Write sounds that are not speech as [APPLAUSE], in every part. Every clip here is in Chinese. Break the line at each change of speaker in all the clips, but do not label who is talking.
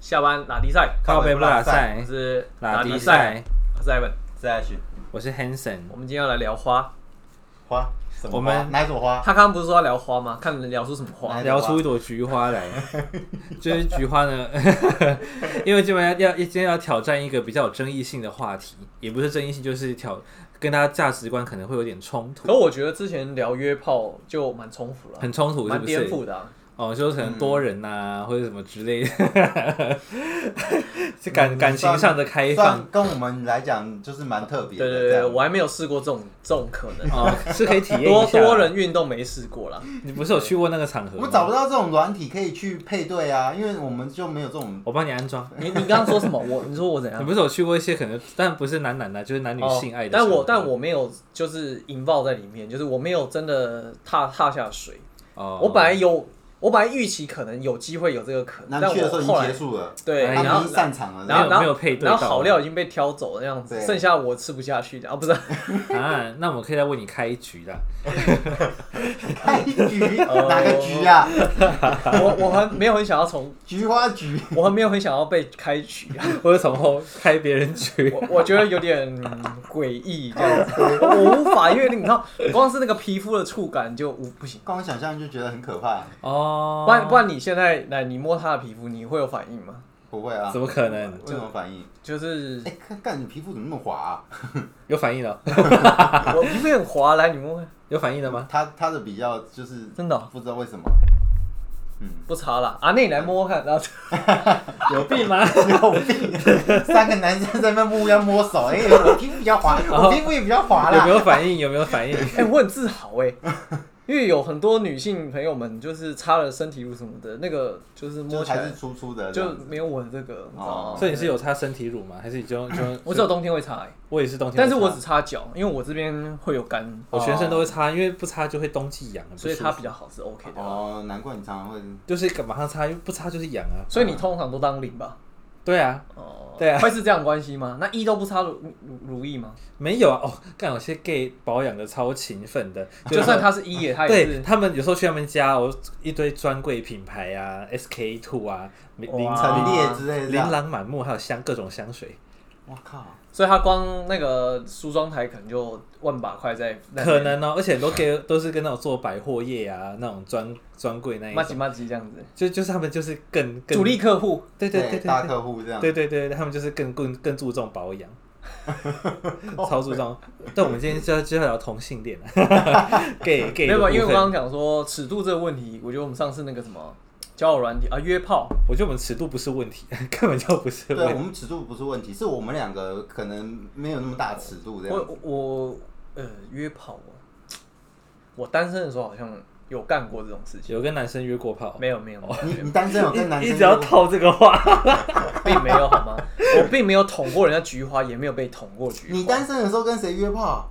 下班拉迪赛，
靠背不拉
我
塞，
是
拉
迪
低赛，，
我是 Evan。
再去
我是 Hanson，
我们今天要来聊花，
花什么花？
我们
哪一朵花？
他刚刚不是说要聊花吗？看能聊出什么花
来。
聊出一朵菊花来。 [LAUGHS] 就是菊花呢， [LAUGHS] 因为基本上要今天要挑战一个比较有争议性的话题，也不是争议性，就是挑跟大家价值观可能会有点冲突，
可我觉得之前聊约炮就蛮重复了，
很冲突，是
蛮
不
颠
是？
覆的啊。
哦，就是可能多人呐、或者什么之类的， [LAUGHS] 是感
嗯
感情上的开放。
算跟我们来讲就是蛮特别
对
的。
对
这
对，
样
我还没有试过这种这种可 [LAUGHS] 能。
哦，是可以体验一
多
下。
多，人运动没试过啦。
你不是有去过那个场合
我
吗？
们找不到这种软体可以去配对啊，因为我们就没有这种。
我帮你安装。
你你刚刚说什么？我你说我怎
你
样？
不是有去过一些可能，但不是男男的，就是男女性爱的、
哦但我但我没有就是引爆在里面，就是我没有真的踏踏下水。
哦，
我本来有，我本来预期可能有机会有这个可
那
能，但
去的时候
我
已
后
经
来
结束了，
对，
哎
他
然
们已
后
经散场了。
然后
没有
然后
没有配对到
然后好料已经被挑走了那样子，
对
剩下我吃不下去的啊，不是，
啊，那我们可以再为你开一局
[LAUGHS]
啦。
开局
哦
哪个局啊？
我我很没有很想要从，
菊花局。
我很没有很想要被开局啊，
或者从后开别人局，
我我觉得有点嗯诡异这样子，我无法，因为你知道，光是那个皮肤的触感就无不行，
光想象就觉得很可怕。
哦，
不然不然你现在来你摸他的皮肤，你会有反应吗？
不会啊
怎，么可能
为什么反应？
就是
哎，看干你皮肤怎么那么滑啊？
有反应了？
[LAUGHS] 我皮肤很滑，来你摸看，
有反应了吗？
他他的比较就是
真的哦
不知道为什么，嗯，
不擦啦，啊，那你来摸摸看，然后
有病吗？
[LAUGHS] 有病！三个男生在那边摸要摸手，哎，我皮肤比较
[LAUGHS]
滑，我皮肤也比较滑
哦有
啦。
没有反应？有没有反应？ [LAUGHS]
哎、我很自豪哎、因为有很多女性朋友们就是擦了身体乳什么的，那个就是摸
就
起
还
来
是粗粗的这
就
样子，
没有我的这个，你知道吗
哦？
所以你是有擦身体乳吗？还是你就就
我只有冬天会擦、欸，
我也是冬天会
但
擦，哦
是我只擦脚，因为我这边会有干，
我全身都会擦，因为不擦就会冬季痒，很
哦
不
所以
舒
它
服
比较好是 OK 的。
哦，难怪你常常会
就是马上擦，因为不擦就是痒啊。
所以你通常都当零吧？
对啊，
哦，
对啊
会是这样关系吗？那一都不擦乳乳乳液吗？
没有啊，哦，干有些 gay 保养的超勤奋的，
就算他是一也，他也
对
是
他们有时候去他们家，我一堆专柜品牌啊，SK two 啊，林林
哇
陈列之类的这
琳
样。
琅满目，还有香各种香水，
我靠，
所以他光那个梳妆台可能就万把块在那边，
可能哦，而且很多 gay 都是跟那种做百货业啊，那种专专柜那一
麻吉
种，
麻吉这样子，
就就是他们就是更更
主力，客户。
对对对
大
对
客户这样。
对对对，他们就是更更更注重保
[LAUGHS]
养。超注重，但我们今天就要就要聊同性恋了 [LAUGHS] ，gay gay
没
的
有
部
吧，因为我刚刚
分，
讲说尺度这个问题，我觉得我们上次那个什么交友软体啊约炮，
我觉得我们尺度不是问题， [LAUGHS] 根本就不是
对，我
问题。
们尺度不是问题，是我们两个可能没有那么大尺度这
啊
样。
我我呃约炮哦，我单身的时候好像有干过这种事情，
有跟哦男生约过炮，
没有没有，
你你单身有跟男
一
生
直要
约
套这个话，
并没有好
[LAUGHS]
吗？我并没有捅过人家菊花，也没有被捅过菊花。
你单身的时候跟谁约炮？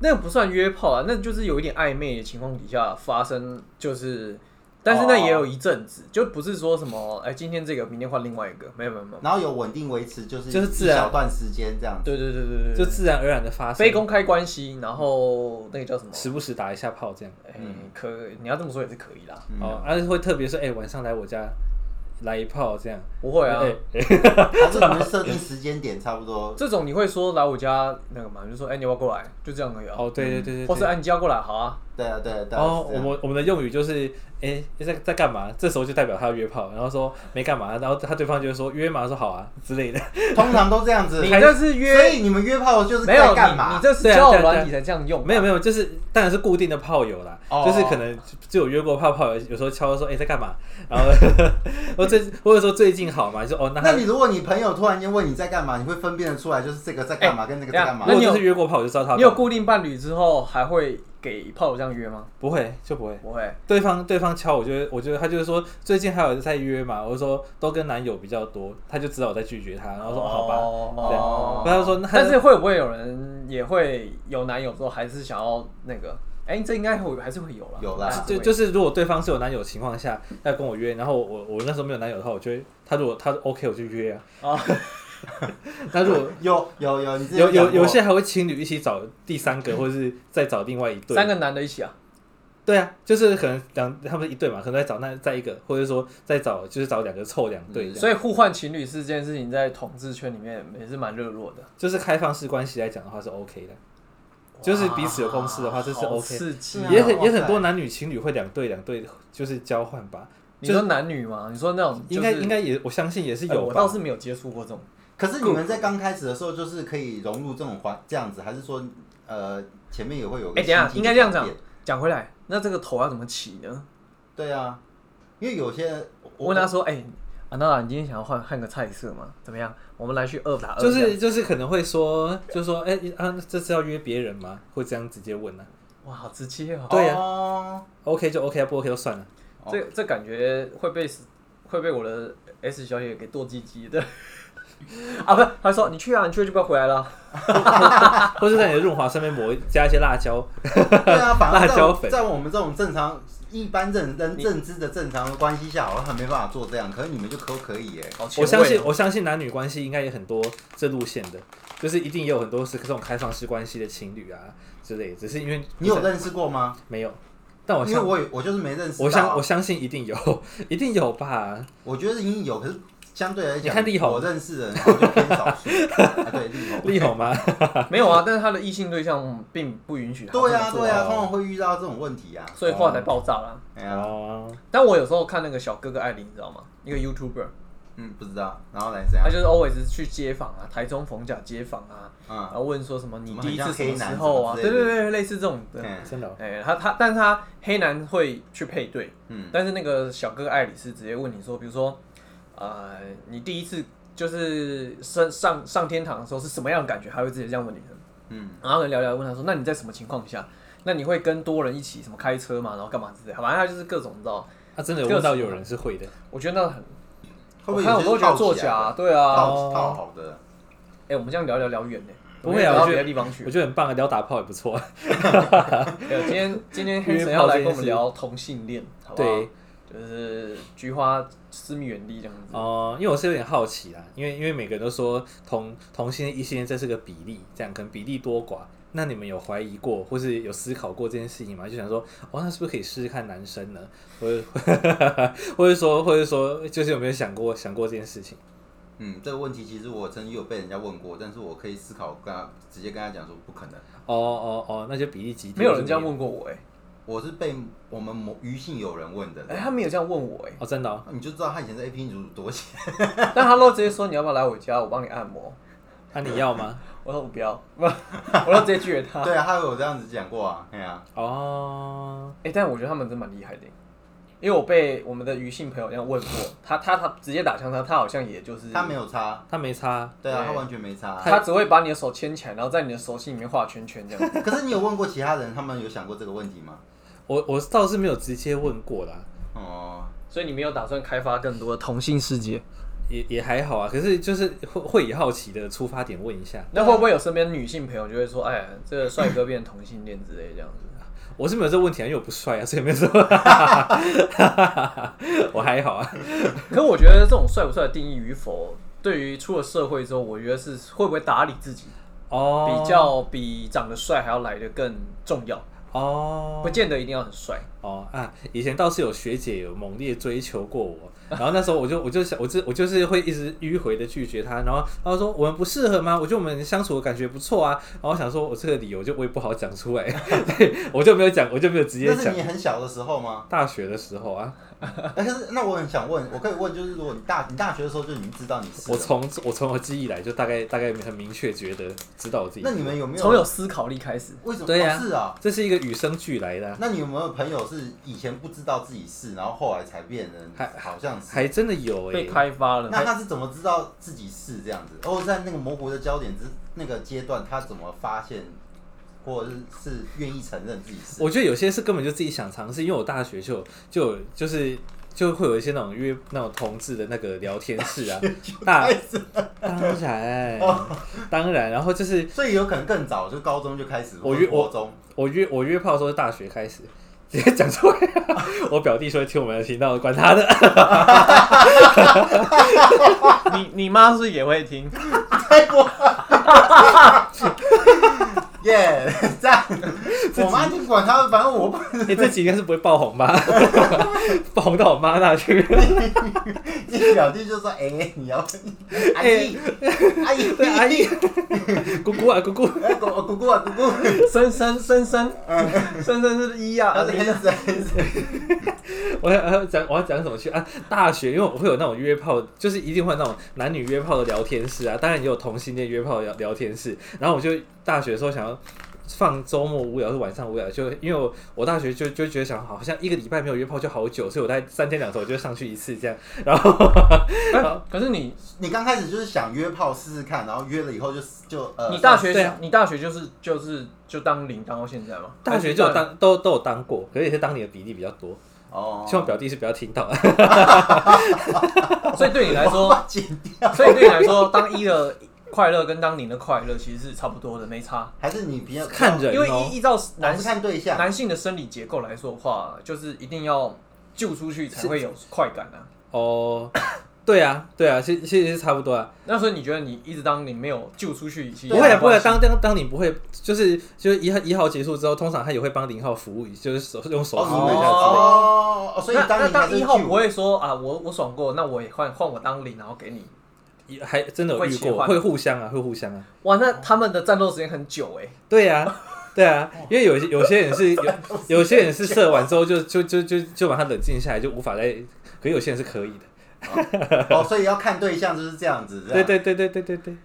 那个不算约炮啊，那就是有一点暧昧的情况底下发生，就是。但是那
哦
也有一阵子就不是说什么，哎、今天这个，明天换另外一个，没有没有没有，
然后有稳定维持，就是
就是
一
自然
小段时间这样子。
对对对对对，
就自然而然的发生，
非公开关系，然后那个叫什么？
时不时打一下炮这样。
哎、可你要这么说也是可以啦，
嗯
哦，而且会特别说，哎、晚上来我家来一炮这样。
不会啊。
哎
还是你们设定时间点差不多，
这种你会说来我家那个嘛，就说哎、你要不要过来，就这样而已啊。
哦，对对对对
或是
对。
哎、你叫过来好啊，
对啊，对啊，对啊。
哦，
是这
我
样
们我们的用语就是，哎、在在干嘛？这时候就代表他约炮，然后说没干嘛，然后他对方就会说约嘛，说好啊之
[LAUGHS]
类的。
通常都这样子
你。这是
所
约
以你们约炮就是
没有
在干
你？
嘛
你？这是
对啊
交友
对啊
软
对啊
体才这样用吧，
没有没有，就是当然是固定的炮友啦，
哦
就是可能就有约过炮炮友，有时候敲说，哎、在干嘛？然后 [LAUGHS] 我最或者说最近好嘛，就说哦，那他
那你如果你朋友突然间问你在干嘛，你会分辨得出来，就是这个在干嘛跟那个在干嘛
哎那
如？
你有
果就是约过炮，我就知道他
你有固定伴侣之后还会给炮友这样约吗？
不会就不会。
不会。
对方对方敲我就会，我觉得他就是说最近还有在约嘛，我就说都跟男友比较多，他就知道我在拒绝他，然后说、哦好吧，对
哦
不然他说那
但是会不会有人也会有男友之后还是想要那个？哎、这应该会还是会有啦，
有啦
还是会
就就是如果对方是有男友的情况下要跟我约，然后我我那时候没有男友的话，我就会他如果他 OK 我就约啊，
哦，
[LAUGHS] 那
[LAUGHS]
如果
有有有，你之前
有
啊
有
讲过
有些还会情侣一起找第三个，或者是再找另外一对，
三个男的一起啊，
对啊，就是可能两他们一对嘛，可能在找那再一个，或者说再找就是找两个凑两对这样，
所以互换情侣是这件事情在统治圈里面也是蛮热络的，
就是开放式关系来讲的话是 OK 的，就是彼此有共识的话，这是
好
OK 的。
刺激
对
哦。
啊
也很
哇
也
塞
很多男女情侣会两对两对就是交换吧，
你说男女吗？你说那种
应该
就是
应该也我相信也是
哎
有
我
吧
倒。是没有接触过这种。
可是你们在刚开始的时候，就是可以融入这种环这样子，还是说呃前面也会有一个
哎、等一下
心境
应该
的
这样
转
讲
变。
讲回来，那这个头要怎么起呢？
对啊，因为有些
我问他说：“哎、安娜，你今天想要换换个菜色吗？怎么样？我们来去二打二。”
就是就是可能会说，就说哎、啊，这次要约别人吗？会这样直接问啊。
哇，好直接哦。
对啊
啊，
OK 就 OK，不 OK 就算了。 [LAUGHS]
这这感觉会被会被我的 S 小姐给剁鸡鸡的。 [LAUGHS] 啊，不是，他说你去啊，你去就不要回来了。
或是在你的润滑上面抹加一些辣椒，
对
[LAUGHS]
啊，反而
辣
在
椒
我
粉
在我们这种正常、一般认认认知的正常的关系下，我很没办法做这样。可是你们就可可以耶，
好前
我
卫
相信
哦
我相信男女关系应该也很多这路线的，就是一定也有很多是这种开放式关系的情侣啊之类的，只是因为
你有认识过吗？
没有？但
哦
我
因为
相
我也我就是没认识到啊。
我相我相信一定有， [LAUGHS] 一定有吧？
我觉得已经有，可是相对来
你
讲，
看力宏
我认识的人我就偏少数。啊，对，力
[LAUGHS]
宏，
力宏吗？
没有啊，但是他的异性对象并不允许他这么
对
做
啊，对啊，通常会遇到这种问题啊。
所以话才爆炸啦。
哎呀，
哦，
但我有时候看那个小哥哥艾琳，你知道吗？一个 YouTuber，
嗯，不知道，然后来怎样
他？就是 always 去街访啊，台中逢甲街访啊，然
嗯，
后问说什么你
怎么
第一次
很像
什么
黑男
时候啊？
什
对
么之类
对
的
对，类似这种的。
嗯
真的哦、
哎、他他，但是他黑男会去配对，
嗯
但是那个小哥艾里是直接问你说，比如说，呃，你第一次就是上上上天堂的时候是什么样的感觉？他会直接这样问女生，
嗯，
然后人聊聊问他说，那你在什么情况下？那你会跟多人一起什么开车嘛，然后干嘛之类的，反正他就是各种，你知道，
啊，真的有问到有人是会的，
我觉得那很，
会不
我
会
看
有
我
些是
都
啊
觉得
套
作
起
假、
来的？
对啊，
套套好的，
哎、我们这样聊聊聊远呢、
不会
我
啊
们聊到
我觉
别
得
的地方去 [LAUGHS]
我。觉得很棒啊，聊打炮也不错。
哎今天今天黑
约
神
炮
要来
这件
跟我们
事
聊同性恋，好不好？
对，
就是菊花私密原地这样子。
哦、因为我是有点好奇啦，因为因为每个人都说同同性恋、异性恋这是个比例，这样可能比例多寡。那你们有怀疑过，或是有思考过这件事情吗？就想说，哦，那是不是可以试试看男生呢？或者 [LAUGHS] 或者说，或者说，就是有没有想过想过这件事情？
嗯，这个问题其实我曾经有被人家问过，但是我可以思考，跟他直接跟他讲说不可能。
哦哦哦，那就比例极低。
没有人这样问过我哎、
我是被我们某余姓友人问的，
哎、他没有这样问我哎、
哦，真的、哦？
你就知道他以前是 A P 女主多
[LAUGHS]
闲。
但他都直接说你要不要来我家，我帮你按摩。
那、你要吗？
我说我不要，我都直接拒绝
[LAUGHS]
他。哎、
对啊，他有这样子讲过啊，哎呀、
哦，
但我觉得他们真蛮厉害的、因为我被我们的余姓朋友这样问过，他他他直接打枪他，他好像也就是
他没有差，
他没差。
对啊，
对
他完全没差。
他只会把你的手牵起来，然后在你的手心里面画圈圈这样子。
[LAUGHS] 可是你有问过其他人，他们有想过这个问题吗？
我我倒是没有直接问过啦，
哦，
[LAUGHS] 所以你没有打算开发更多的同性世界？
也也还好啊。可是就是会会以好奇的出发点问一下。
那会不会有身边女性朋友就会说，哎呀，这个帅哥变同性恋之类这样子？
我是没有这个问题啊，因为我不帅啊，所以没有这个。我还好啊，
可我觉得这种帅不帅的定义与否，对于出了社会之后，我觉得是会不会打理自己，
哦，
比较比长得帅还要来的更重要。
哦
不见得一定要很帅，
哦啊！以前倒是有学姐有猛烈追求过我，然后那时候我就我就想，我就我就是会一直迂回的拒绝她，然后她说我们不适合吗？我觉得我们相处的感觉不错啊，然后我想说我这个理由就我也不好讲出来， [LAUGHS] 对，我就没有讲，我就没有直接
那是
讲。
你很小的时候
[LAUGHS]
吗？
大学的时候啊，
哎，可是那我很想问，我可以问，就是如果你大你大学的时候就已经知道你是
我
了吗，
从我从我记忆来就大概大概很明确觉得知道我自己，
那你们有没
从
有
有思考力开始。
为什么？
对啊
哦是啊。
这是一个与生俱来的啊、
那你有没有朋友是以前不知道自己是，然后后来才变成
还
好像是？
还真的有哎、
被开发了，
那他是怎么知道自己是这样子？哦，在那个模糊的焦点之那个阶段，他怎么发现，或者是是愿意承认自己是？
我觉得有些是根本就自己想尝试，因为我大学就有就有就是就会有一些那种约那种同志的那个聊天室啊，大当然当然，然后就是
所以有可能更早，就高中就开始，
我
或
约
者国中，
我约我约炮的时候是大学开始。直接讲出来、 [LAUGHS] 我表弟说听我们的频道，管他的。
[LAUGHS] 你你妈是不是也会听？
太过，耶，这样，我妈就管他，反正我不
你、哎这集应该是不会爆红吧？ [LAUGHS] 爆红到我妈那去。 [LAUGHS]
一表弟就说，哎，你要阿姨，阿姨，
对阿姨，姑姑啊，姑姑，
哎，姑姑姑啊，姑姑，
深深深深
[LAUGHS]
深深是一
然
嗯啊
后，这个就是
我要我要讲我要讲什么去啊？大学，因为我会有那种约炮，就是一定会有那种男女约炮的聊天室啊，当然也有同性恋约炮的聊聊天室。然后我就大学的时候想要。放周末无聊，是晚上无聊，就因为我我大学就就觉得想，好像一个礼拜没有约炮就好久，所以我大概三天两头我就上去一次这样，然后
哎可是你
你刚开始就是想约炮试试看，然后约了以后就就呃，
你大
算
学
对啊
你大学就是就是就当零当到现在吗？
大学就有当都都有当过，可是也是当你的比例比较 [LAUGHS] 多。
哦，
希望表弟是不要听到，
所以对你来说，
哇剪掉
所以对你来说，当一的快乐跟当零的快乐其实是差不多的，没差。
还是你比较
看人
因为
哦。
依依照
男
男
是看对象，
男性的生理结构来说的话，就是一定要救出去才会有快感啊。
哦，对啊，对啊，其其实是差不多啊。
那所以你觉得你一直当零没有救出去，其实
不会
也
啊，不会啊，
没关系
当当当你不会，就是就是一号一号结束之后，通常他也会帮零号服务，就是手用手
哦，
服
你
务一
们
下之类的。
哦，所以
那
当
那
你还
当
是
一号
去
不会说啊，我我爽过，那我也换换我当零，然后给你。
也还真的有
哦会
遇
切
过，
换
会互相啊，会互相啊。
哇，那他们的战斗时间很久哎、
对啊， [LAUGHS] 对啊，因为有些有些人
[LAUGHS]
是有有些人是射完之后就就就就就把它冷静下来，就无法再。可是有些人是可以的。
哦，所以要看对象就是这样子，这
对
啊
样，
对对对对对对。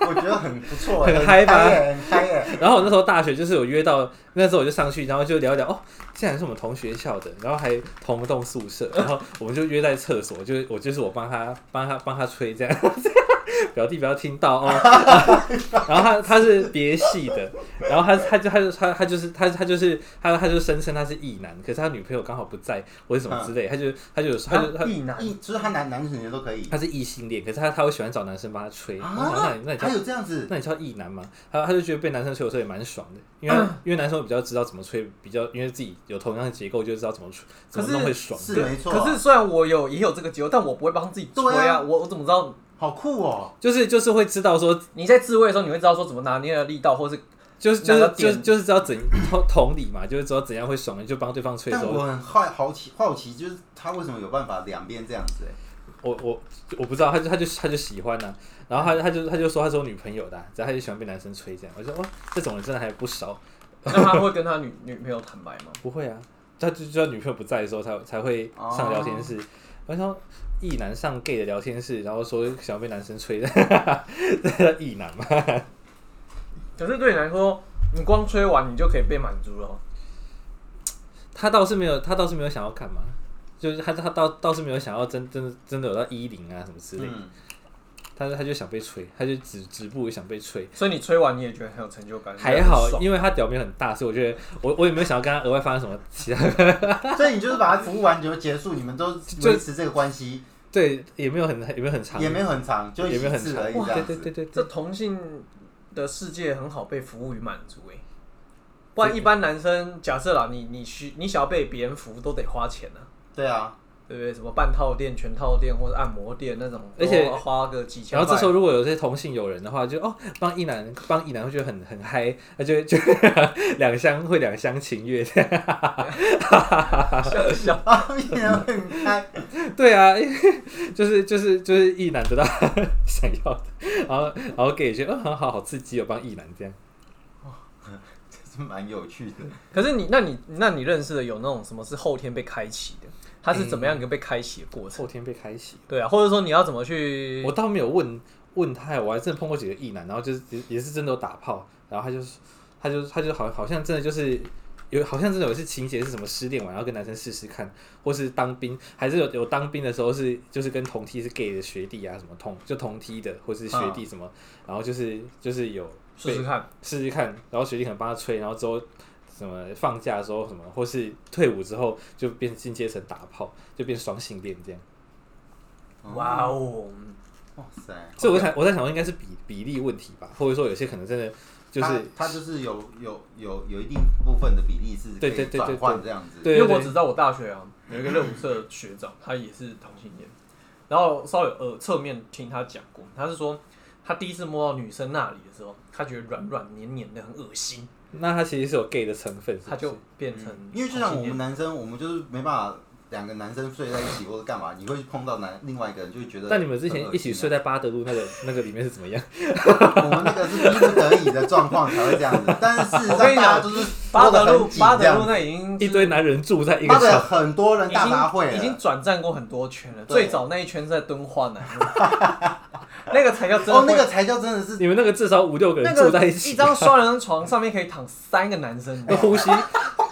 我觉得很不错，
很
嗨
嗨吧
耶很嗨耶，
[LAUGHS] 然后我那时候大学就是有约到，那时候我就上去，然后就聊一聊哦，竟然是我们同学校的，然后还同栋宿舍，然后我们就约在厕所，就是我就是我帮他帮他帮他吹这样， [LAUGHS] 表弟不要听到哦。然后他他是别系的，然后他他就他就他他就是他他就是他他就声称他是异男，可是他女朋友刚好不在或者什么之类，他就他就他就他
啊异男
一就是他男男女都可以
他是异性恋，可是他他会喜欢找男生帮他吹，我想啊那
啊
你那你，叫
还有这样子，
那你叫异男嘛？他他就觉得被男生吹有时候也蛮爽的，因为、
嗯
因为男生比较知道怎么吹，比较因为自己有同样的结构就知道怎么吹，怎
可是
么弄会爽。
是没错，
可是虽然我有也有这个结构，但我不会帮自己吹
对
啊，
啊
我我怎么知道？
好酷哦，
就是就是会知道说，
你在自慰的时候，你会知道说怎么拿捏的力道，或是
就是就
哪
是
个
就
点
是就是知道怎同同理嘛，就是知道怎样会爽，就帮对方吹的
但
时候，
我很好好奇好奇，就是他为什么有办法两边这样子？哎
我我我不知道，他就他就他就喜欢呐、啊然后他他就他就说他是有女朋友的啊、只要他就喜欢被男生吹这样，我就说哇，这种人真的还不少，
那他会跟他女女朋友坦白吗？
不会啊，他就知道女朋友不在的时候才才会上聊天室。
哦
我想说异男上 gay 的聊天室，然后说想要被男生吹的， [LAUGHS] 这叫异男嘛？
[LAUGHS] 可是对你来说，你光吹完你就可以被满足了。哦
他倒是没有，他倒是没有想要干嘛，就是他他倒倒是没有想要真真真的有到一零啊什么之类的，
嗯，
但是他就想被吹，他就止止步于想被吹。
所以你吹完你也觉得很有成就感，
还好
很，爽
因为他屌没有很大，所以我觉得我我也没有想要跟他额外发生什么其他，
所以你就是把它服务完就结束，你们都
就
维持这个关系，
对，也没有很也没有很长，
也没有很长，就
也
一
没有很
次
长
而已这
对
样
对
子。
对对
这
对，
同性的世界很好被服务与满足诶、不然一般男生假设啦，你你需你想要被别人服务都得花钱啊，
对啊， [LAUGHS]
对不对？什么半套店、全套店或者按摩店那种，
而且
都要花个几千
然
块。
后这时候如果有些同性友人的话，就哦帮一男帮一男会觉得很很嗨，那就就两厢会两厢情愿。 [LAUGHS]
笑笑，
啊，一人很开，
对啊， [LAUGHS] 因为就是就是就是一男得到 [LAUGHS] 想要的，然后然后给觉得哦好好好刺激哦，帮一男这样。
这是蛮有趣的。
可是你那你那你认识的有那种什么是后天被开启的？它是怎么样一个被开启的过程？
后天被开启，
对啊，或者说你要怎么去
嗯我倒没有问问他，我还真的碰过几个异男，然后就是也也是真的有打炮，然后他就是他就他就好好像真的就是有好像真的有一次情节是什么失恋完，然后跟男生试试看，或是当兵，还是有有当兵的时候是就是跟同梯是 gay 的学弟啊什么同就同梯的或是学弟什么，然后就是就是有
试试看？
试试看，然后学弟可能帮他吹，然后之后什么放假的时候什么，或是退伍之后就变进阶层打炮，就变双性恋这样。
哇哦！
哇塞！
所以我想我在想，应该是比比例问题吧，或者说有些可能真的就是
他他就是有有有有一定部分的比例是可
对对
以
对对
转换这样子。
对
因为我只知道我大学啊有一个热舞社学长，他也是同性恋，然后稍微呃侧面听他讲过，他是说他第一次摸到女生那里的时候，他觉得软软黏黏的，很恶心，
那他其实是有 gay 的成分，是不是嗯
他就变成
因为就像我们
同性恋
男生，我们就是没办法两个男生睡在一起或者干嘛，你会碰到男另外一个人就会觉得。
但你们之前一
啊
起睡，在巴德路那个那个里面是怎么
[LAUGHS]
样？
啊我们那个是逼不得已的状况才会这样子，但是事实上
我
大
跟你
家
讲
就是
巴德
握得
路
很紧
巴
这样
德路那已经
一堆男人住在一个
巴德有
小，
很多人
已
大杂烩
经
了，
已经转战过很多圈了，
对
最早那一圈是在敦化南路， [LAUGHS] 那个才叫真的
哦，那
会
个才叫真的是
你们那个至少五六个
那
人
个
住在一
一
起，
张双人床上面可以躺三个男生，
那呼吸
[LAUGHS]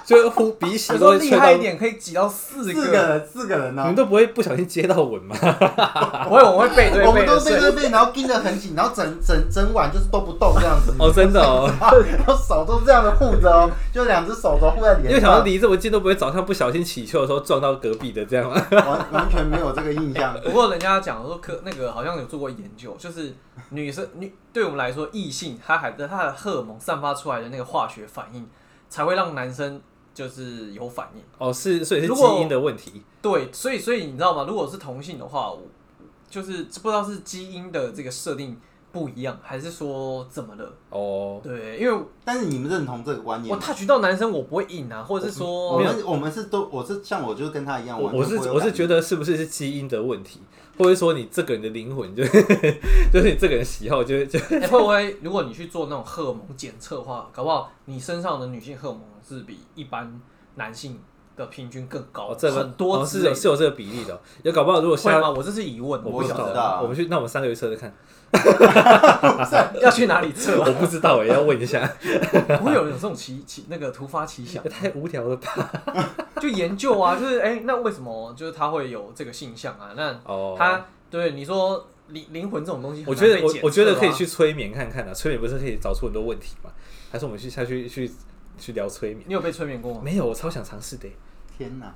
就呼鼻息
你
都
说
会
厉
吹
害
到，
一
你
点可以挤到四
四个人四个人哦呢、
们都不会不小心接到吻吗？ [LAUGHS]，
不会，我们会背对
我
背
们
的
都背
睡。
对背，然后盯得很紧，然后整整整晚就是都不动这样子
哦，真的
[LAUGHS]
哦，
然后手都这样的护着哦，就两只手都护在
因为
脸
想到
上，
离这么近都不会早上不小心起球的时候撞到隔壁的这样吗？ [LAUGHS]
完完全没有这个印象。
不过人家讲说科那个好像有做过研究，就是女生女对我们来说，异性他还在他的荷尔蒙散发出来的那个化学反应，才会让男生就是有反应。
哦，是，所以是
如
基
果
因的问题。
对，所以所以你知道吗？如果是同性的话，我就是不知道是基因的这个设定不一样，还是说怎么了？
哦，
对，因为
但是你们认同这个观念
我
吗？
touch 到男生，我不会硬啊，或者是
我
说
们我们是都我是像我就跟他一样，
我我是我是觉
得
得是不是是基因的问题，或者说你这个人的灵魂就是 [LAUGHS] 就是你这个人喜好就是就
[LAUGHS] 哎、会不会如果你去做那种荷尔蒙检测的话，搞不好你身上的女性荷尔蒙是比一般男性的平均更高，
哦这个
很多
哦
之
是
类
有
的
是有这个比例的哦，有搞不好如果
会
下
吗？我这是疑问，
我
不
不
晓
晓
得
得
啊
我们去那我们三个月测测看，
要去哪里测、啊
我不知道哎，要问一下，
不会有人有这种奇奇那个突发奇想
也，太无聊了吧？
就研究啊，就是哎、那为什么就是他会有这个性向啊？那
哦，
他对你说灵灵魂这种东西、
我觉得我我觉得
啊
可以。去催眠看看啊，催眠不是可以找出很多问题吗？还是我们去下去去去聊催眠？
你有被催眠过吗？
没有，我超想尝试的耶。欸
天哪，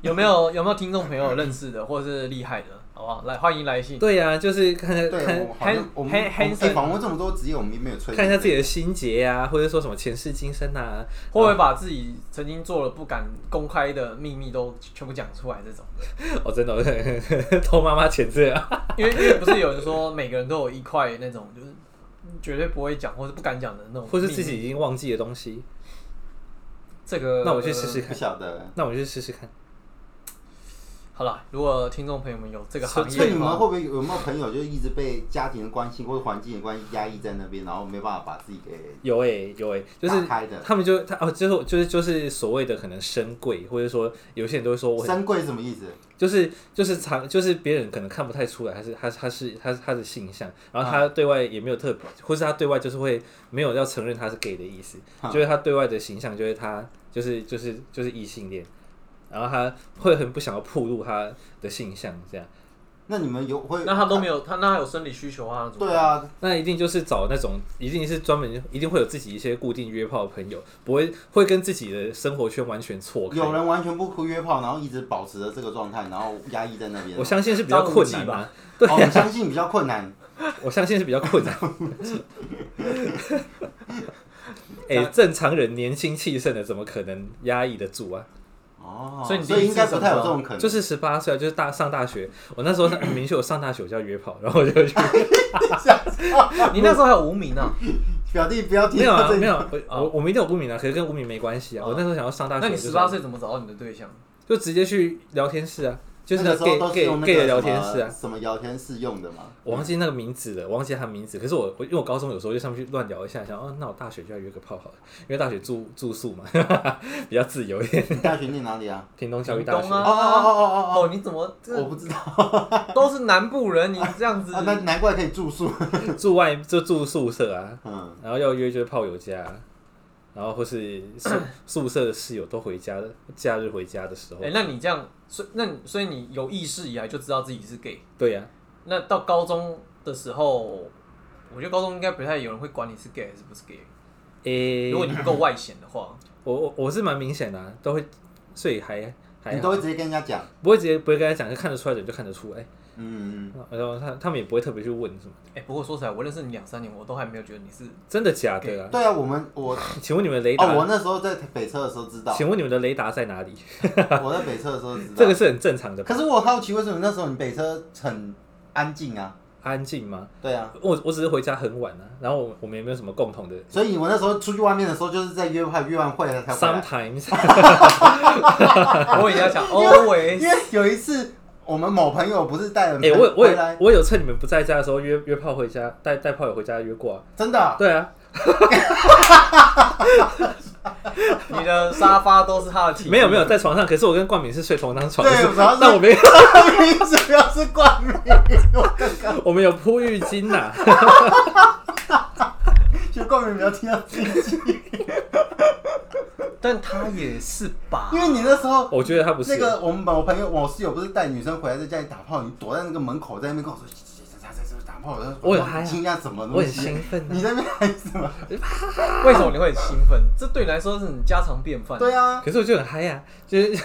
有没有有没有听众朋友认识的，或者是厉害的，好不好？来欢迎来信。
对呀、啊就是看看
对啊
看
我好像我们
黑
我
黑
们
黑
哎访问这么多职业，我们也没有吹
看一下自己的心结啊，或者说什么前世今生啊，
会不会把自己曾经做了不敢公开的秘密都全部讲出来？这种，
[LAUGHS] 哦，真的 [LAUGHS] 哦偷妈妈钱这样，
因为因为不是有人说每个人都有一块那种就是绝对不会讲或者不敢讲的
哦
那种秘密，
或是自己已经忘记的东西，
这个。
那我去试试
不
看，
晓得。
那我去试试看。
好了，如果听众朋友们有这个
所
行
所
业
以你
的
们
话，
会不会有没有朋友就是一直被家庭的关系或者环境的关系压抑在那边，然后没办法把自己给
有诶、有诶、欸就是
打开的
他们就他哦，就是就是就是所谓的可能深贵，或者说有些人都会说我很
深贵是什么意思？
就是就是常就是别人可能看不太出来，他是他他是他他的性向，然后
啊
他对外也没有特别，或是他对外就是会没有要承认他是 gay 的意思，
啊
就是他对外的形象就是他就是就是就是异性恋，然后他会很不想要暴露他的性向这样。
那你们有会
那他都没有，他那他有生理需求啊？怎么
对
办，
啊，
那一定就是找那种一定是专门一定会有自己一些固定约炮的朋友，不会会跟自己的生活圈完全错开。
有人完全不哭约炮，然后一直保持着这个状态，然后压抑在那边。
我相信是比较困难
张无
吧，对
哦，我相信比较困难。
[LAUGHS] 我相信是比较
[LAUGHS]
困难。哎、正常人年轻气盛的，怎么可能压抑得住啊？
哦，
所以你
所以应该不太有这种可能。
就是 [LAUGHS] 十八岁啊，就是大上大学，我那时候上明确我上大学我就要约炮，然后我就
[LAUGHS]
去
你那时候还有无名啊？
[LAUGHS] 表弟不要听
没有
到
啊
这哦
没有啊，我我我们一定有污名啊，可是跟污名没关系啊。我那时候想要上大学，
那你
就是
十八岁怎么找到你的对象？
就直接去聊天室啊，就是
那个时候
gay
都是
gay
用那
gay
个
的聊
什
天
么
室啊，
什么聊天室用的
[LAUGHS]
嘛。
我忘记那个名字了，我忘记他名字。可是我我因为我高中有时候就上去乱聊一下，想哦，那我大学就要约个炮好了，因为大学住住宿嘛， [LAUGHS] 比较自由一点。
你大学念哪里啊？
屏东教育
屏
大
东
学。
啊
哦哦哦哦哦
哦，你怎么
哦， [LAUGHS] 我
这
不知道，
都是南部人？你这样
[LAUGHS]
子
啊，那难怪可以住宿。
[LAUGHS] 住外就住宿舍啊，
嗯，
然后要约就是炮友家、然后或是宿宿舍的室友都回家的，假日回家的时候
哎、，那你这样，所以那你所以你有意识以来就知道自己是 gay。
对呀、
那到高中的时候，我觉得高中应该不太有人会管你是 gay 还是不是 gay。
诶、
如果你不够外显的话，
嗯
我我我是蛮明显的、啊，都会，所以还还
你
好
都会直接跟人家讲。
不会直接不会跟他讲，就看得出来的人就看得出来，哎
嗯，
然后他他们也不会特别去问什么，
哎、不过说实在，我认识你两三年，我都还没有觉得你是
真的假的啊？
对啊，我们我
请问你们的雷达？
哦，我那时候在北车的时候知道，
请问你们的雷达在哪里？
我在北车的时候知道。
这个是很正常的吧。
可是我好奇，为什么那时候你北车很安静啊？
安静吗？
对啊，
我我只是回家很晚啊，然后我我们也没有什么共同的。
所以我那时候出去外面的时候，就是在约会约完会才回来。 [LAUGHS]
Sometimes，
我以前想
[LAUGHS]
always，
因为有一次我们某朋友不是带了
哎、我我
回
有
来，
我有趁你们不在家的时候约约炮回家，带带炮友回家约过啊。
真的
[LAUGHS]
啊、
对啊，
你的沙发都是他的体，
没有没有在床上，可是我跟冠冕是睡同张床，
对
可是
然
[LAUGHS]
后是
但我没有，
主要是冠名，
我们有铺浴巾啊呐、
[LAUGHS] 其实冠名没有听到自己，
但他也是吧？
因为你那时候
[LAUGHS] 我觉得他不是
那个我们某朋友我室友不是带女生回来在家里打炮，你躲在那个门口在那边跟我说，在在在打炮，我
我很嗨啊
惊讶什么
我
东
很
西
兴
啊？
奋、
你
啊。
在那边嗨什么？
为什么你会很兴奋？这对你来说是你家常便饭。
对啊，
可是我就很嗨呀、啊，就是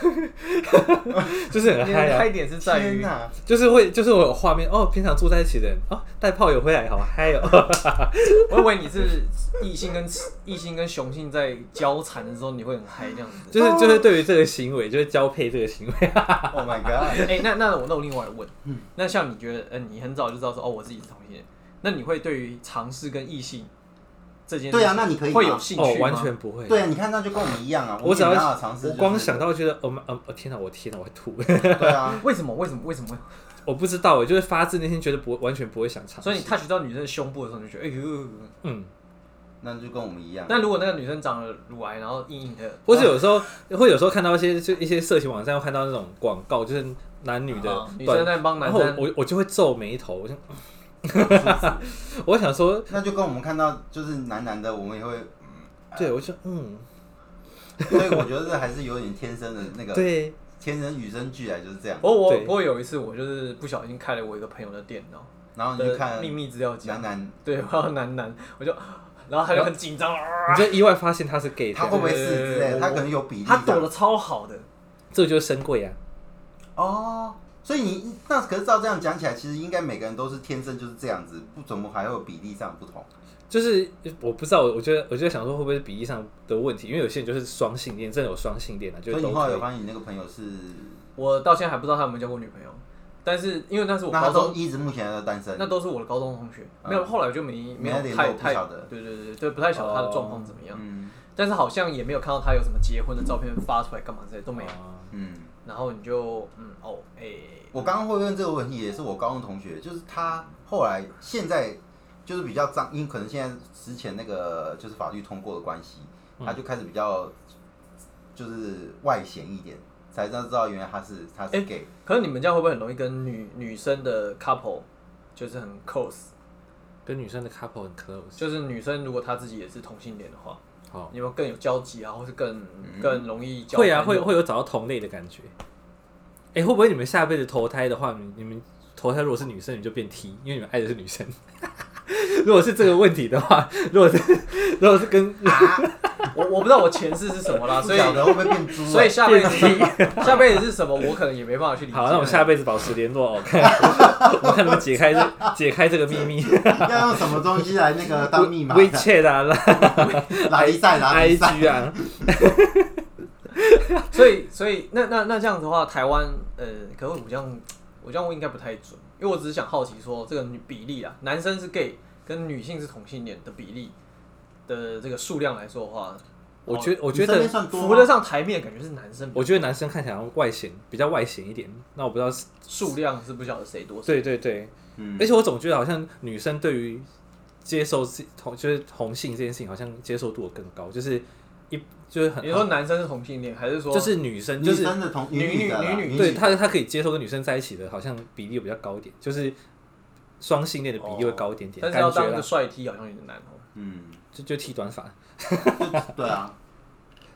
[LAUGHS] 就是很
你
嗨
的
呀、
嗨
啊，
点是在
天
于
哪！
就是会就是我有画面哦，平常住在一起的人哦，带炮友回来好嗨哦，
我以为你是异性跟异性跟雄性在交缠的时候，你会很嗨这样子。
就是就是对于这个行为，就是交配这个行为，
Oh my
[LAUGHS]
god！
[LAUGHS] 哎、那那我那我另外问，
嗯
那像你觉得，嗯、你很早就知道说，哦，我自己是同性恋，那你会对于尝试跟异性这件事情
对啊那你可以吗
会有兴
哦
趣，吗？
完全不会。
对啊，你看那就跟我们一样啊，
我只要
们也没办法尝试，
我光想，到觉得，哦，妈哦，哦天哪，我天哪，我会吐。 [LAUGHS]
对啊，
[LAUGHS] 为什么？为什么？为什
[LAUGHS]
么？
我不知道，我欸就是发自内心觉得不完全不会想尝试。
所以你 touch 到女生的胸部的时候，你就觉得，哎呦。
嗯，
那就跟我们一样。
但如果那个女生长了乳癌，然后硬硬的，
或者有时候会有时候看到一些就一些色情网站会看到那种广告，就是男女的
啊女
短
生在帮男
然后
生，
我我就会皱眉头，我就， [LAUGHS] 我想说，
那就跟我们看到就是男男的，我们也会，
对我就嗯，
所以我觉得这还是有点天生的那个，
[LAUGHS] 对，
天生与生俱来就是这样。
我我
对
我有一次我就是不小心开了我一个朋友的电脑，
然后你就
呃
看
的秘密资料夹
男，男，
对，我要男男，我就，然后他就很紧张，
你就意外发现他是 gay，
他
这
会
样
不会是之类的，他可能有比例这
他
样。
躲的超好的，
这个就是深贵啊，
哦，所以你那可是照这样讲起来，其实应该每个人都是天生就是这样子，不怎么还会有比例上不同。
就是我不知道，我我觉得我就想说会不会是比例上的问题，因为有些人就是双性恋，真的有双性恋啊，就
所
是
以你
都
后来
可
有
以。
发现你那个朋友是，
我到现在还不知道他有没有交过女朋友，但是因为那是我
那
高
他都
中，
一直目前还是单身
那。都是我的高中同学，
嗯
没有，后来我就没没
没
有
联
太
络不
太
晓得，
对对对对，不太晓得他的状况怎么样，
嗯
但是好像也没有看到他有什么结婚的照片发出来干嘛之类都没有，
啊
嗯，
然后你就嗯哦哎，
我刚刚会问这个问题，也是我高中同学，就是他后来现在就是比较脏，因为可能现在之前那个就是法律通过的关系，他就开始比较就是外显一点，才知道知道原来他是他是
哎
gay，
可是你们这样会不会很容易跟女女生的 couple 就是很 close，
跟女生的 couple 很 close，
就是女生如果她自己也是同性恋的话，
哦
好，
你们更有交集啊，或是更
嗯
更容易交
会啊，
朋
会
友
会有找到同类的感觉。哎、会不会你们下辈子投胎的话，你你们投胎如果是女生，你就变 T，因为你们爱的是女生。 [LAUGHS] 如果是这个问题的话，如果是如果是跟
我我不知道我前世是什
[LAUGHS]
么啦，
不
所以
晓得会不会变猪、啊？
[LAUGHS] 所以下辈子 [LAUGHS] 下辈子是什么，我可能也没办法去理解。
好，那我们下辈子保持联络哦，看我看能不能解开这解开这个秘密。
[LAUGHS] 要用什么东西来那个当密码？ [LAUGHS]
WeChat 啊啦
拉一赛，拉一赛。
，IG 啊，
所以所以那那那这样子的话，台湾呃，可是我这样我这样问应该不太准，因为我只是想好奇说这个女比例啊，男生是 gay 跟女性是同性恋的比例的这个数量来说的
[LAUGHS]
话，
我觉我
我
觉
这
得
边算多
浮得
吗，
上台面的感觉是男生比，
我觉得男生看起来外显，比较外显一点。那我不知道是，
数量是不晓得谁多谁。
对对对，
嗯
而，且我总觉得好像女生对于接受自同就是同性这件事情，好像接受度更高，就是一就是很 [LAUGHS]
你说男生是同性恋，还是说
就是女生就
女
是
生的同
女
女的啦
女女
对她她可以接受跟女生在一起的，好像比例比较高一点，就是双性恋的比例会高一点点，
但是要
感觉
当一个
啦
帅 T 好像有点难哦。
嗯，
就就剃短发
就对啊，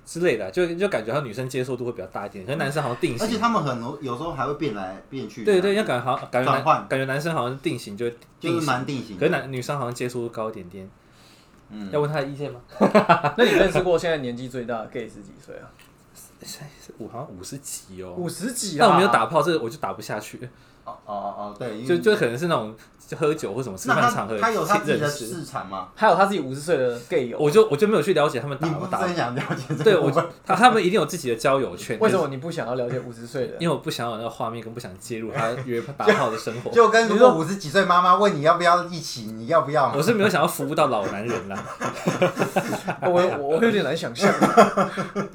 之类的，就就感觉她女生接受度会比较大一点，可是男生好像定
而且
型。
他们很多有时候还会变来变去，啊
对对，，要感觉好像感觉
转
男
换
感觉男生好像定型就会
就
定
是
型，
蛮定型
可是
的。
男女生好像接受度高一点点。
嗯
要问他的意见吗？
那你认识过现在年纪最大的 gay 是几岁啊？
三十五好像五十几哦，
五十几啊，
但我没有打炮，这个我就打不下去，
哦哦哦，对，因为
就就可能是那种喝酒或什么吃
那
饭
他
场合
他有他自己的
认识，
市场吗？
还有他自己五十岁的 gay 友，
我就我就没有去了解他们
你
打
不
不
是
打
很想了解这
对
个部
我
分？
他他们一定有自己的交友圈，
为什么你不想要了解五十岁的
就是？ [LAUGHS] 因为我不想有那个画面，跟不想介入他约打炮的生活。
就跟如果五十几岁妈妈问你要不要一起，你要不要嘛？
[LAUGHS] 我是没有想要服务到老男人啦，
我我我有点难想
[LAUGHS]
象，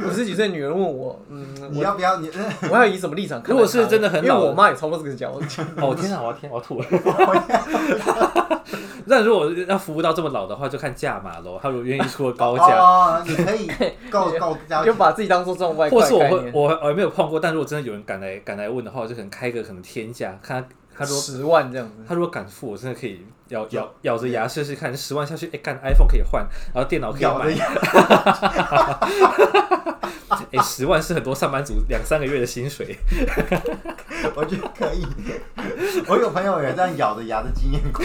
五十几岁女人问我，嗯，
你
我
要不要？你
我要以什么立场看待她？
如果是真的很
因为
老
我妈也差不多这个角度，
哦天啊，我要天，我要吐了。 [LAUGHS] 那如果要服务到这么老的话，就看价码喽。他如果愿意出个高价，
哦，你可以够
[LAUGHS]
够了
就
解。
把自己当做这种外
或
挂
是
的
我
概
会
念，
我呃我没有碰过，但如果真的有人敢来敢来问的话，我就可能开一个可能天价，看他他如果
十万这样子，
他如果敢付，我真的可以咬咬咬着牙试试看，十万下去，哎、干 iPhone 可以换，然后电脑可以
咬
买
着，牙，
哎、十万是很多上班族两三个月的薪水。
[LAUGHS] 我觉得可以。我有朋友有这样咬着牙的经验过，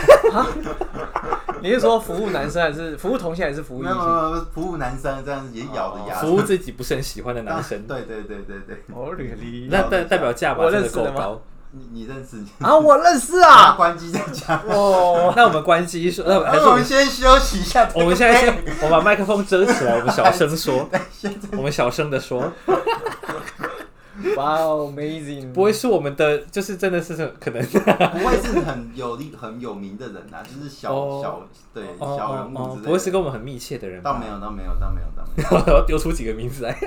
你是说服务男生还
[LAUGHS]
是服务同性还是服务异
没有没
性？
有 [LAUGHS] 没有服务男生这样也 [LAUGHS] 咬着牙。
服务自己不是很喜欢的男生，
[LAUGHS] 对对对对对，
哦，really？
那代代表价码真的够
我认识的
高
吗。
你你认识？
啊，我认识
他
[LAUGHS]
啊，
关机再
[LAUGHS]
讲。
哦，
那我们关机说，
[LAUGHS]
那还是
那
我
我们
们
先休息一下。
我们现在先，我把麦克风遮起来，我们小声
[LAUGHS]
说，我们小声的说，
哇哦，amazing！
不会是我们的，就是真的是可
[LAUGHS]
能
不会是很有力、很有名的人啊，就是小、
哦
小对
哦
小人
哦
物之
哦
类，的。
不会是跟我们很密切的人
倒
吧？
没有，倒没有，倒没有，倒没有。 [LAUGHS]
我要丢出几个名字来， [LAUGHS]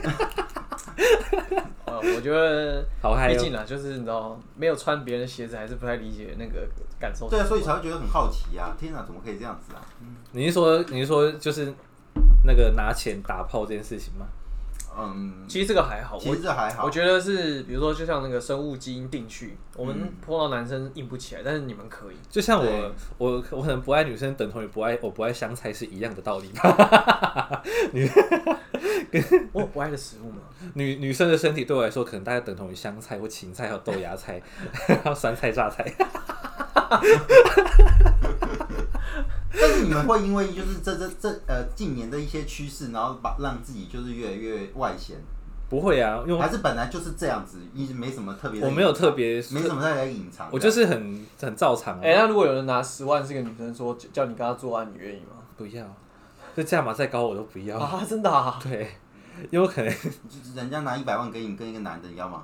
呃，我觉得
好嗨
毕
哦
竟！啊，就是你知道，没有穿别人的鞋子，还是不太理解那个感受。
对啊，所以才会觉得很好奇啊！天哪，怎么可以这样子啊？
你是说你是说就是那个拿钱打炮这件事情吗？
嗯，
其实这个还好，
其
我
实这还好
我。觉得是，比如说，就像那个生物基因定序，我们
嗯
碰到男生硬不起来，但是你们可以。
就像
对
我我我可能不爱女生，等同于不爱我不爱香菜是一样的道理吧？ [LAUGHS]
我有不爱的食物嘛，
女女生的身体对我来说，可能大概等同于香菜或芹菜，还有豆芽菜， [LAUGHS] 还有酸菜、榨菜。
但是你们会因为就是这这这呃近年的一些趋势，然后把让自己就是越来越外显，
不会啊，因为
还是本来就是这样子，一直没什么特别的。
我没有特别，
没什么在来隐藏的。
我就是很很照常、啊。
哎、那如果有人拿十万是个女生说叫叫你跟她做爱，你愿意吗？
不要，这价码再高我都不
[LAUGHS]
要。
啊，真的啊，
[LAUGHS] 对，因为我可能
就是人家拿一百万给你跟一个男的，你要吗？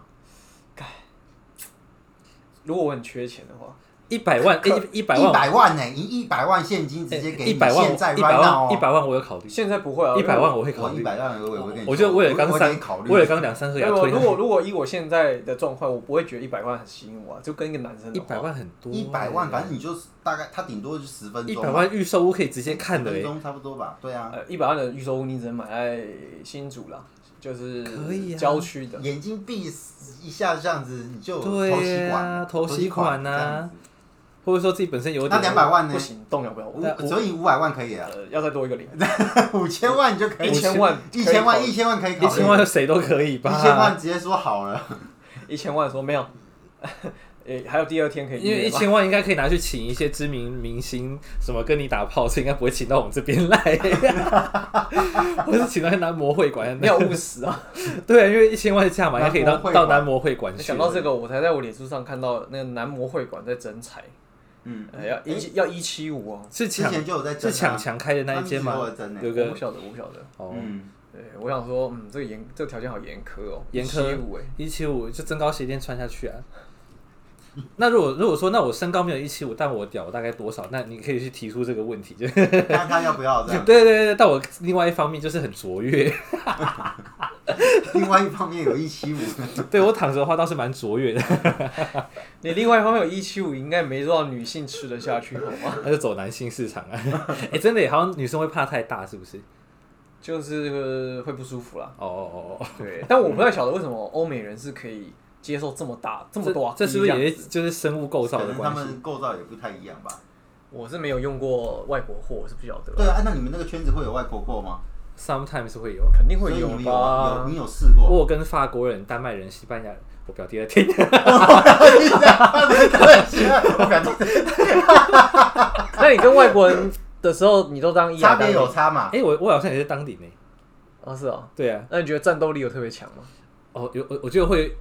如果我很缺钱的话，
一百万，哎一一百
一
万，哎
百万呢、你一百万现金直接给你，
一百万，
现
一
在
百
right now
万，
哦
一百万我有考虑，
现在不会啊，
嗯一百万
我。
我会
呃我
考
一
虑。
百万我也会跟你说，
我就为了刚
我
三
得考，虑，
为了刚两三个也
没
要
啊
有，
推
如果如果以我现在的状况，我不会觉得一百万很吸引我、啊，就跟一个男生
一
的话
百，万很多、
一百万，反正你就是大概他顶多就十分钟
一
嘛，
百万预售屋可以直接看的
十分
哎、
钟差不多吧？对啊，
呃，一百万的预售屋你只能买在新竹啦，就是
可以啊
郊区的。
眼睛闭一下这样子你就
对
投吸
啊
管，
投吸管啊
这样子
或者说自己本身有
那
点
两百万呢
不？行，动摇不了。我
那
五所以五百万可以啊，
呃，要再多一个零，
呃
[LAUGHS] 五千万你就可以，
一千万可以
一千
考
万，
虑
一千万可以考
一
虑，
千万谁都可以吧？
一千万直接说好了，
一千万说没有， [LAUGHS] 诶，还有第二天可以
因为一
约吗 [LAUGHS]
千万应该可以拿去请一些知名明星，什么跟你打炮，所以应该不会请到我们这边来， [LAUGHS] 或是请到男模会馆。
你要务实啊！
对啊，因为一千万的价码，应该可以
男模会
到
馆
到男模会馆去。
想到这个，我才在我脸书上看到那个男模会馆在征才，
嗯，
呃，要一要一七五哦，
是
之
抢
前就有在争
是
啊
抢强开的那一间
他
吗
们一直都有在争？欸
有
我
个
不晓得，我不晓得。
哦，
嗯，
对，我想说，嗯，这个严这个条件好严苛哦，
严
一
苛
七五哎，
一七五就增高鞋垫穿下去啊。那如果如果说那我身高没有一七五，但我屌大概多少？那你可以去提出这个问题。就 [LAUGHS] 对
嗯看他要不要
[LAUGHS]
这样。
对对对，但我另外一方面就是很卓越，
另外一方面有一
[LAUGHS]
七五，
对我躺着的话倒是蛮卓越的，
你另外一方面有一七五，应该没让女性吃得下去好吗？ [LAUGHS]
那就走男性市场啊。 [LAUGHS] 哎、真的耶，好像女生会怕太大，是不是？
就是呃会不舒服啦。
哦
[LAUGHS]
哦哦哦，
对，但我不太晓得为什么欧美人是可以接受这么大这么多啊
这是不是
样
也
子
是就是生物构造
可
的
能他
关系？
们构造也不太一样吧。
我是没有用过外国货，我是不晓得。
对啊，那你们那个圈子会有外国货吗？
sometimes 会有。啊
肯定
所
会
以你们有有
吧
你？有试过？
我
[LAUGHS]
有跟法国人、丹麦人、西班牙人，我表弟在听， [LAUGHS]
我感
[LAUGHS]
觉
[LAUGHS] 那你跟外国人的时候，你都当
[LAUGHS]
一
差
啊
别有
当
哎
差嘛？
哎、我我好像也是当顶呢。
哦是哦。
对啊，
那你觉得战斗力有特别强吗？
哦，有我我觉得会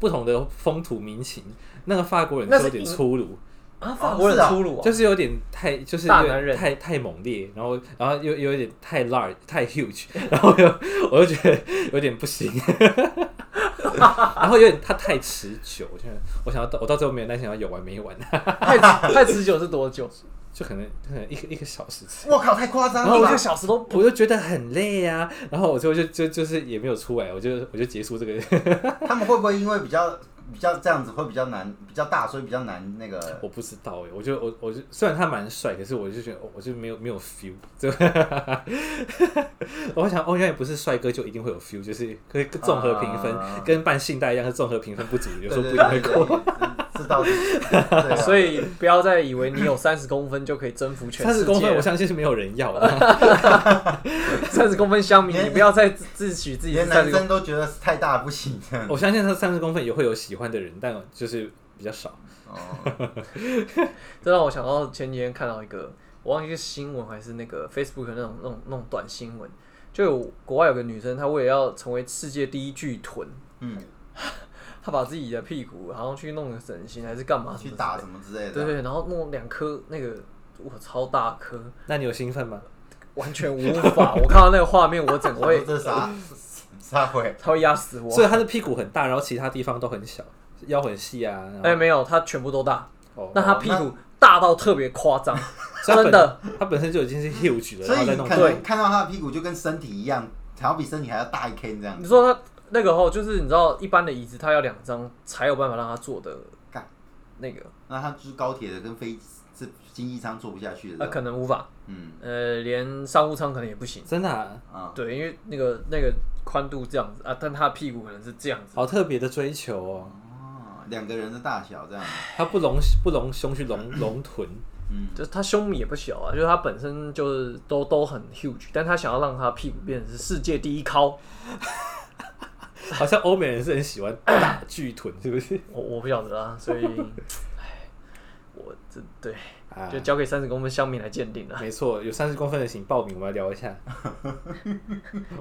不同的风土民情。那个法国人
那
是有
是
点
因
粗鲁，
啊，
哦
法国人
是啊
粗鲁啊，
就是有点太就是
大
有
男人
太太猛烈，然后然后又又有点太 large 太 huge，然后又我就觉得有点不行， [LAUGHS] 然后有点他太持久，我觉得我想要到我到最后没有耐心要有完没完，
[LAUGHS]
[LAUGHS]
太太持久是多久？
就可能可能一个一个小时之类的
我靠，太夸张
啊
然后
了
一
吧
个！小时都
[LAUGHS] 我就觉得很累啊，然后我最后就就就是也没有出来，我就我就结束这个，
他们会不会因为比较比较这样子会比较难，比较大，所以比较难那个？
我不知道哎，我就我我就虽然他蛮帅，可是我就觉得哦我就没有没有 feel，就 [LAUGHS] 我想哦，原来不是帅哥就一定会有 feel，就是可以综合评分，
啊
跟办信贷一样是综合评分不足，
对
有时候
对
不
对
一定会
对
过。
对，知道。
[LAUGHS]
对啊
所以不要再以为你有三十公分就可以征服全
三
世
十
界。啊
公分，我相信是没有人要的。
[LAUGHS]
[LAUGHS]
三十公分香米，
连
你不要再自自诩自己
连
是三
男
十公
生都觉得太大不行这样。
我相信他三十公分也会有喜欢的人，但就是比较少。
哦，
这让我想到前几天看到一个，我忘记是新闻还是那个 Facebook 那种那种那种短新闻，就有国外有个女生，她为了要成为世界第一巨臀，
[LAUGHS] 嗯，
她把自己的屁股好像去弄个整形还是干嘛什
去
么之
打
类
什么之类
的，对啊
的。
对，然后弄两颗那个哇超大颗，
那你有兴奋吗？
完全无 [LAUGHS] 法，我看到那个画面，我整个
我
会
这啥啥会？
她会压死我
所。以他的屁股很大，然后其他地方都很小，腰很细啊。然后
哎、没有，她全部都大，
哦
那她屁股大到特别夸 [LAUGHS] 张，
所以他
真的
本，他本身就已经是 huge 了，
所
然
以
后再
你
弄
可
对，
能看到他的屁股就跟身体一样，还要比身体还要大一 K 这样
你。说他那个后，就是你知道一般的椅子，它要两张才有办法让它坐的
干
那个，
那他就是高铁的跟飞这经济舱坐不下去
呃，
的。
可能无法，
嗯
呃，连商务舱可能也不行。
真的、啊。
啊，
对，因为那个那个宽度这样子啊，但他的屁股可能是这样子。
好特别的追求哦，
哦两个人的大小这样。
他不隆不隆胸去
[COUGHS]
隆隆臀，
嗯，
就是他胸也不小啊，就是他本身就是都都很 huge，但他想要让他屁股变成是世界第一高，
好像欧美人是很喜欢大巨臀，是不
[LAUGHS]
是？
我我不晓得啊，所以， [LAUGHS] 唉，我这对
啊
就，交给三十公分香米来鉴定啊了，
没错，有三十公分的请报名，我们来聊
[LAUGHS]
一下。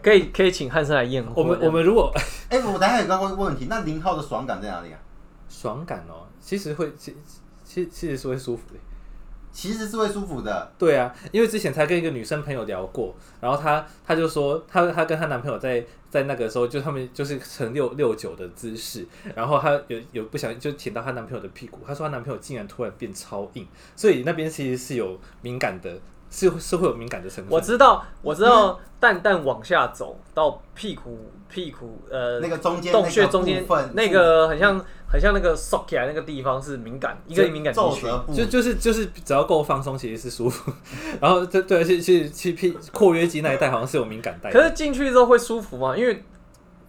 可以可以请汉森来验
我
货
们。我们如果
哎，我等一下有个问题，那零号的爽感在哪里啊？
爽感哦，其实会其其其实是会舒服的。
其实是会舒服的。
对啊，因为之前才跟一个女生朋友聊过，然后她她就说她她跟她男朋友在在那个时候就他们就是成六六九的姿势，然后她有有不小心就舔到她男朋友的屁股，她说她男朋友竟然突然变超硬，所以那边其实是有敏感的，是是会有敏感的成分。
我知道，我知道，蛋蛋往下走到屁股屁股呃
那个中间
洞穴中
那
间
个部分
那个很像很像那个 sock 起来那个地方是敏感，一个敏感
皱
肌群。
褶部
就就是就是只要够放松，其实是舒服。 [LAUGHS] 然后这对，其实其实其实屁括约肌那一带好像是有敏感带的，
可是进去之后会舒服吗？因为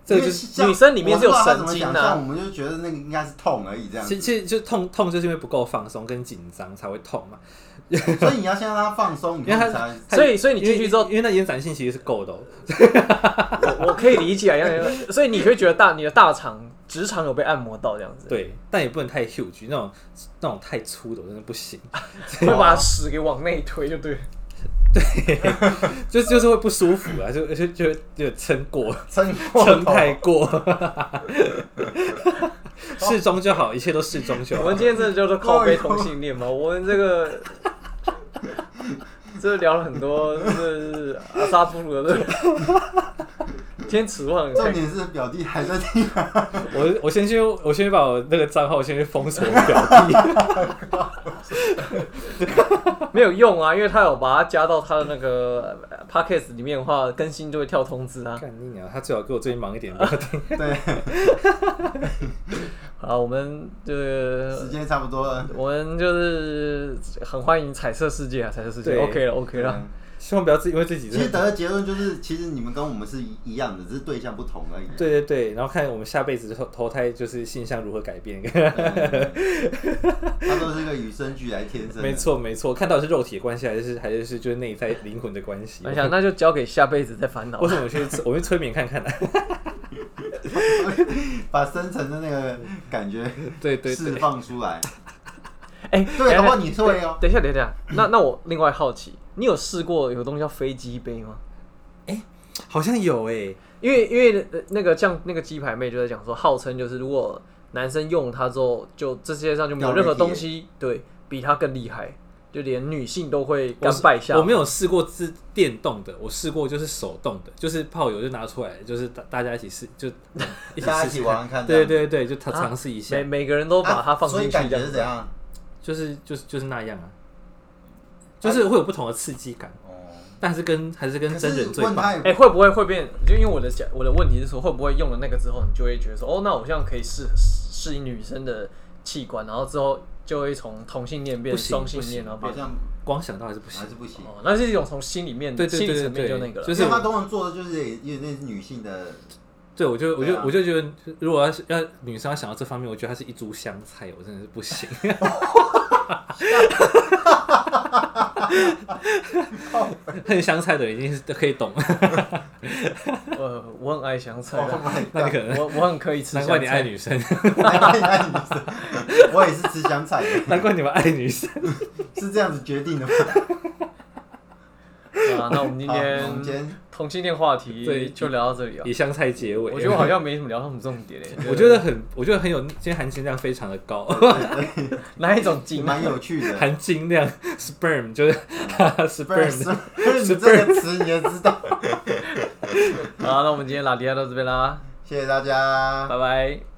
这
因
就
为
是
像
女生里面是有
我
神经啊
不知道他怎么想象我们就觉得那个应该是痛而已这样
其
子。
其实就痛痛就是因为不够放松跟紧张才会痛嘛。
[LAUGHS] 所以你要先让他放松，你看
因为
才
所以所以你
因为
进去之后，
因为那延展性其实是够的、哦。
我我可以理解啊，因为所以你会觉得大你的大肠直肠有被按摩到这样子，，
对，但也不能太 huge，那种那种太粗的我真的不行， [LAUGHS]
会把屎给往内推，就对了。
就就是会不舒服啊，就就就就撑
[LAUGHS]
过，
撑过
撑
头
太过， [LAUGHS] 适中就好，一切都适中就
我
好
们。今天真的叫做靠背同性恋吗？我们这个。这聊了很多，就是阿萨布鲁的这个，今天尺度很
重点是表弟还在听，
我我先去，我先去把我那个账号先去封锁我
[LAUGHS]
表弟。
没有用啊，因为他有把它加到他的那个 podcast 里面的话，更新就会跳通知啊。
干你娘！他最好给我最近忙一点，不要听。 [LAUGHS]
对，
啊，我们就是
时间差不多了。
我们就是很欢迎彩色世界啊，彩色世界
对
，OK 了，OK 了。
希望不要自己因为自己
其
真
实
的。
得的结论就是，其实你们跟我们是一样的，只是对象不同而已。
对对对，然后看我们下辈子投投胎就是性向如何改变。
他都是个与生俱来天生的。
没错没错，看到底是肉体的关系，还是还是就是内在灵魂的关系。
我想啊那就交给下辈子再烦恼
为。 [LAUGHS] 什么我去我们去催眠看看呢、
[LAUGHS] 把深层的那个感觉
[LAUGHS] 对对
释
对，
放出来。
[LAUGHS] 哎，等一
对，
下
然后你会哦。
等一下，等一下，那那我另外好奇，你有试过有个东西叫飞机杯吗？
好像有哎、
因为因为呃那个像那个鸡排妹就在讲说，号称就是如果男生用它之后，就这世界上就没有任何东西对比它更厉害，就连女性都会甘拜下。
我没有试过自电动的，我试过就是手动的，就是炮友就拿出来，就是大大家一起试，就一起
大家
试
一起
试
玩
看。
玩看，
对
这样
对对，就他尝试一下，
每每个人都把它放
啊所
进
以
去
感
这
觉是
样
怎
子。
样？
就是就是就是那样啊，就是会有不同的刺激感，
哦，
但是跟还是跟
可
真
是
人最
问
棒。
他也
哎、会不会会变？就因为我的讲我的问题是说，会不会用了那个之后，你就会觉得说，哦，那我这样可以适适应女生的器官，然后之后就会从同性恋变
不行
双性
不行
恋，然后
好
变
像
光想到还是哎不行
还。是不行，
哦，那是一种从心里面
对对对
心理层面
对
就那个了。
就是
因为他通常做的就是也有点女性的，
对，我就我就、
对啊
我就觉得，如果要是要女生要想到这方面，我觉得她是一株香菜，我 [LAUGHS] 真的是不行。恨香菜的人一定是都可以懂，
呃，我很爱香
[LAUGHS]
菜啊，
那你可能
我我很可以吃
Oh 难
香
怪你爱
菜。
女生，
难怪你爱女生， [LAUGHS] 我也是吃香菜的，
难怪你们爱女生。
是这样子决定的吗？
啊，那我
[LAUGHS]
们今
好，我们今
天
天
同性恋话
对
题就聊到这里啊
以。香菜结尾，
我觉得我好像没什么聊到什么重点嘞。
[LAUGHS] 我觉得很，我觉得很有，今天含金量非常的高，
哪一种精 [LAUGHS]
蛮有趣的。
含金量 sperm 就是 [LAUGHS]
不是
sperm
[LAUGHS] 你这个词你也知道。
好，那我们今天拉迪亚到这边啦，
谢谢大家，
拜拜。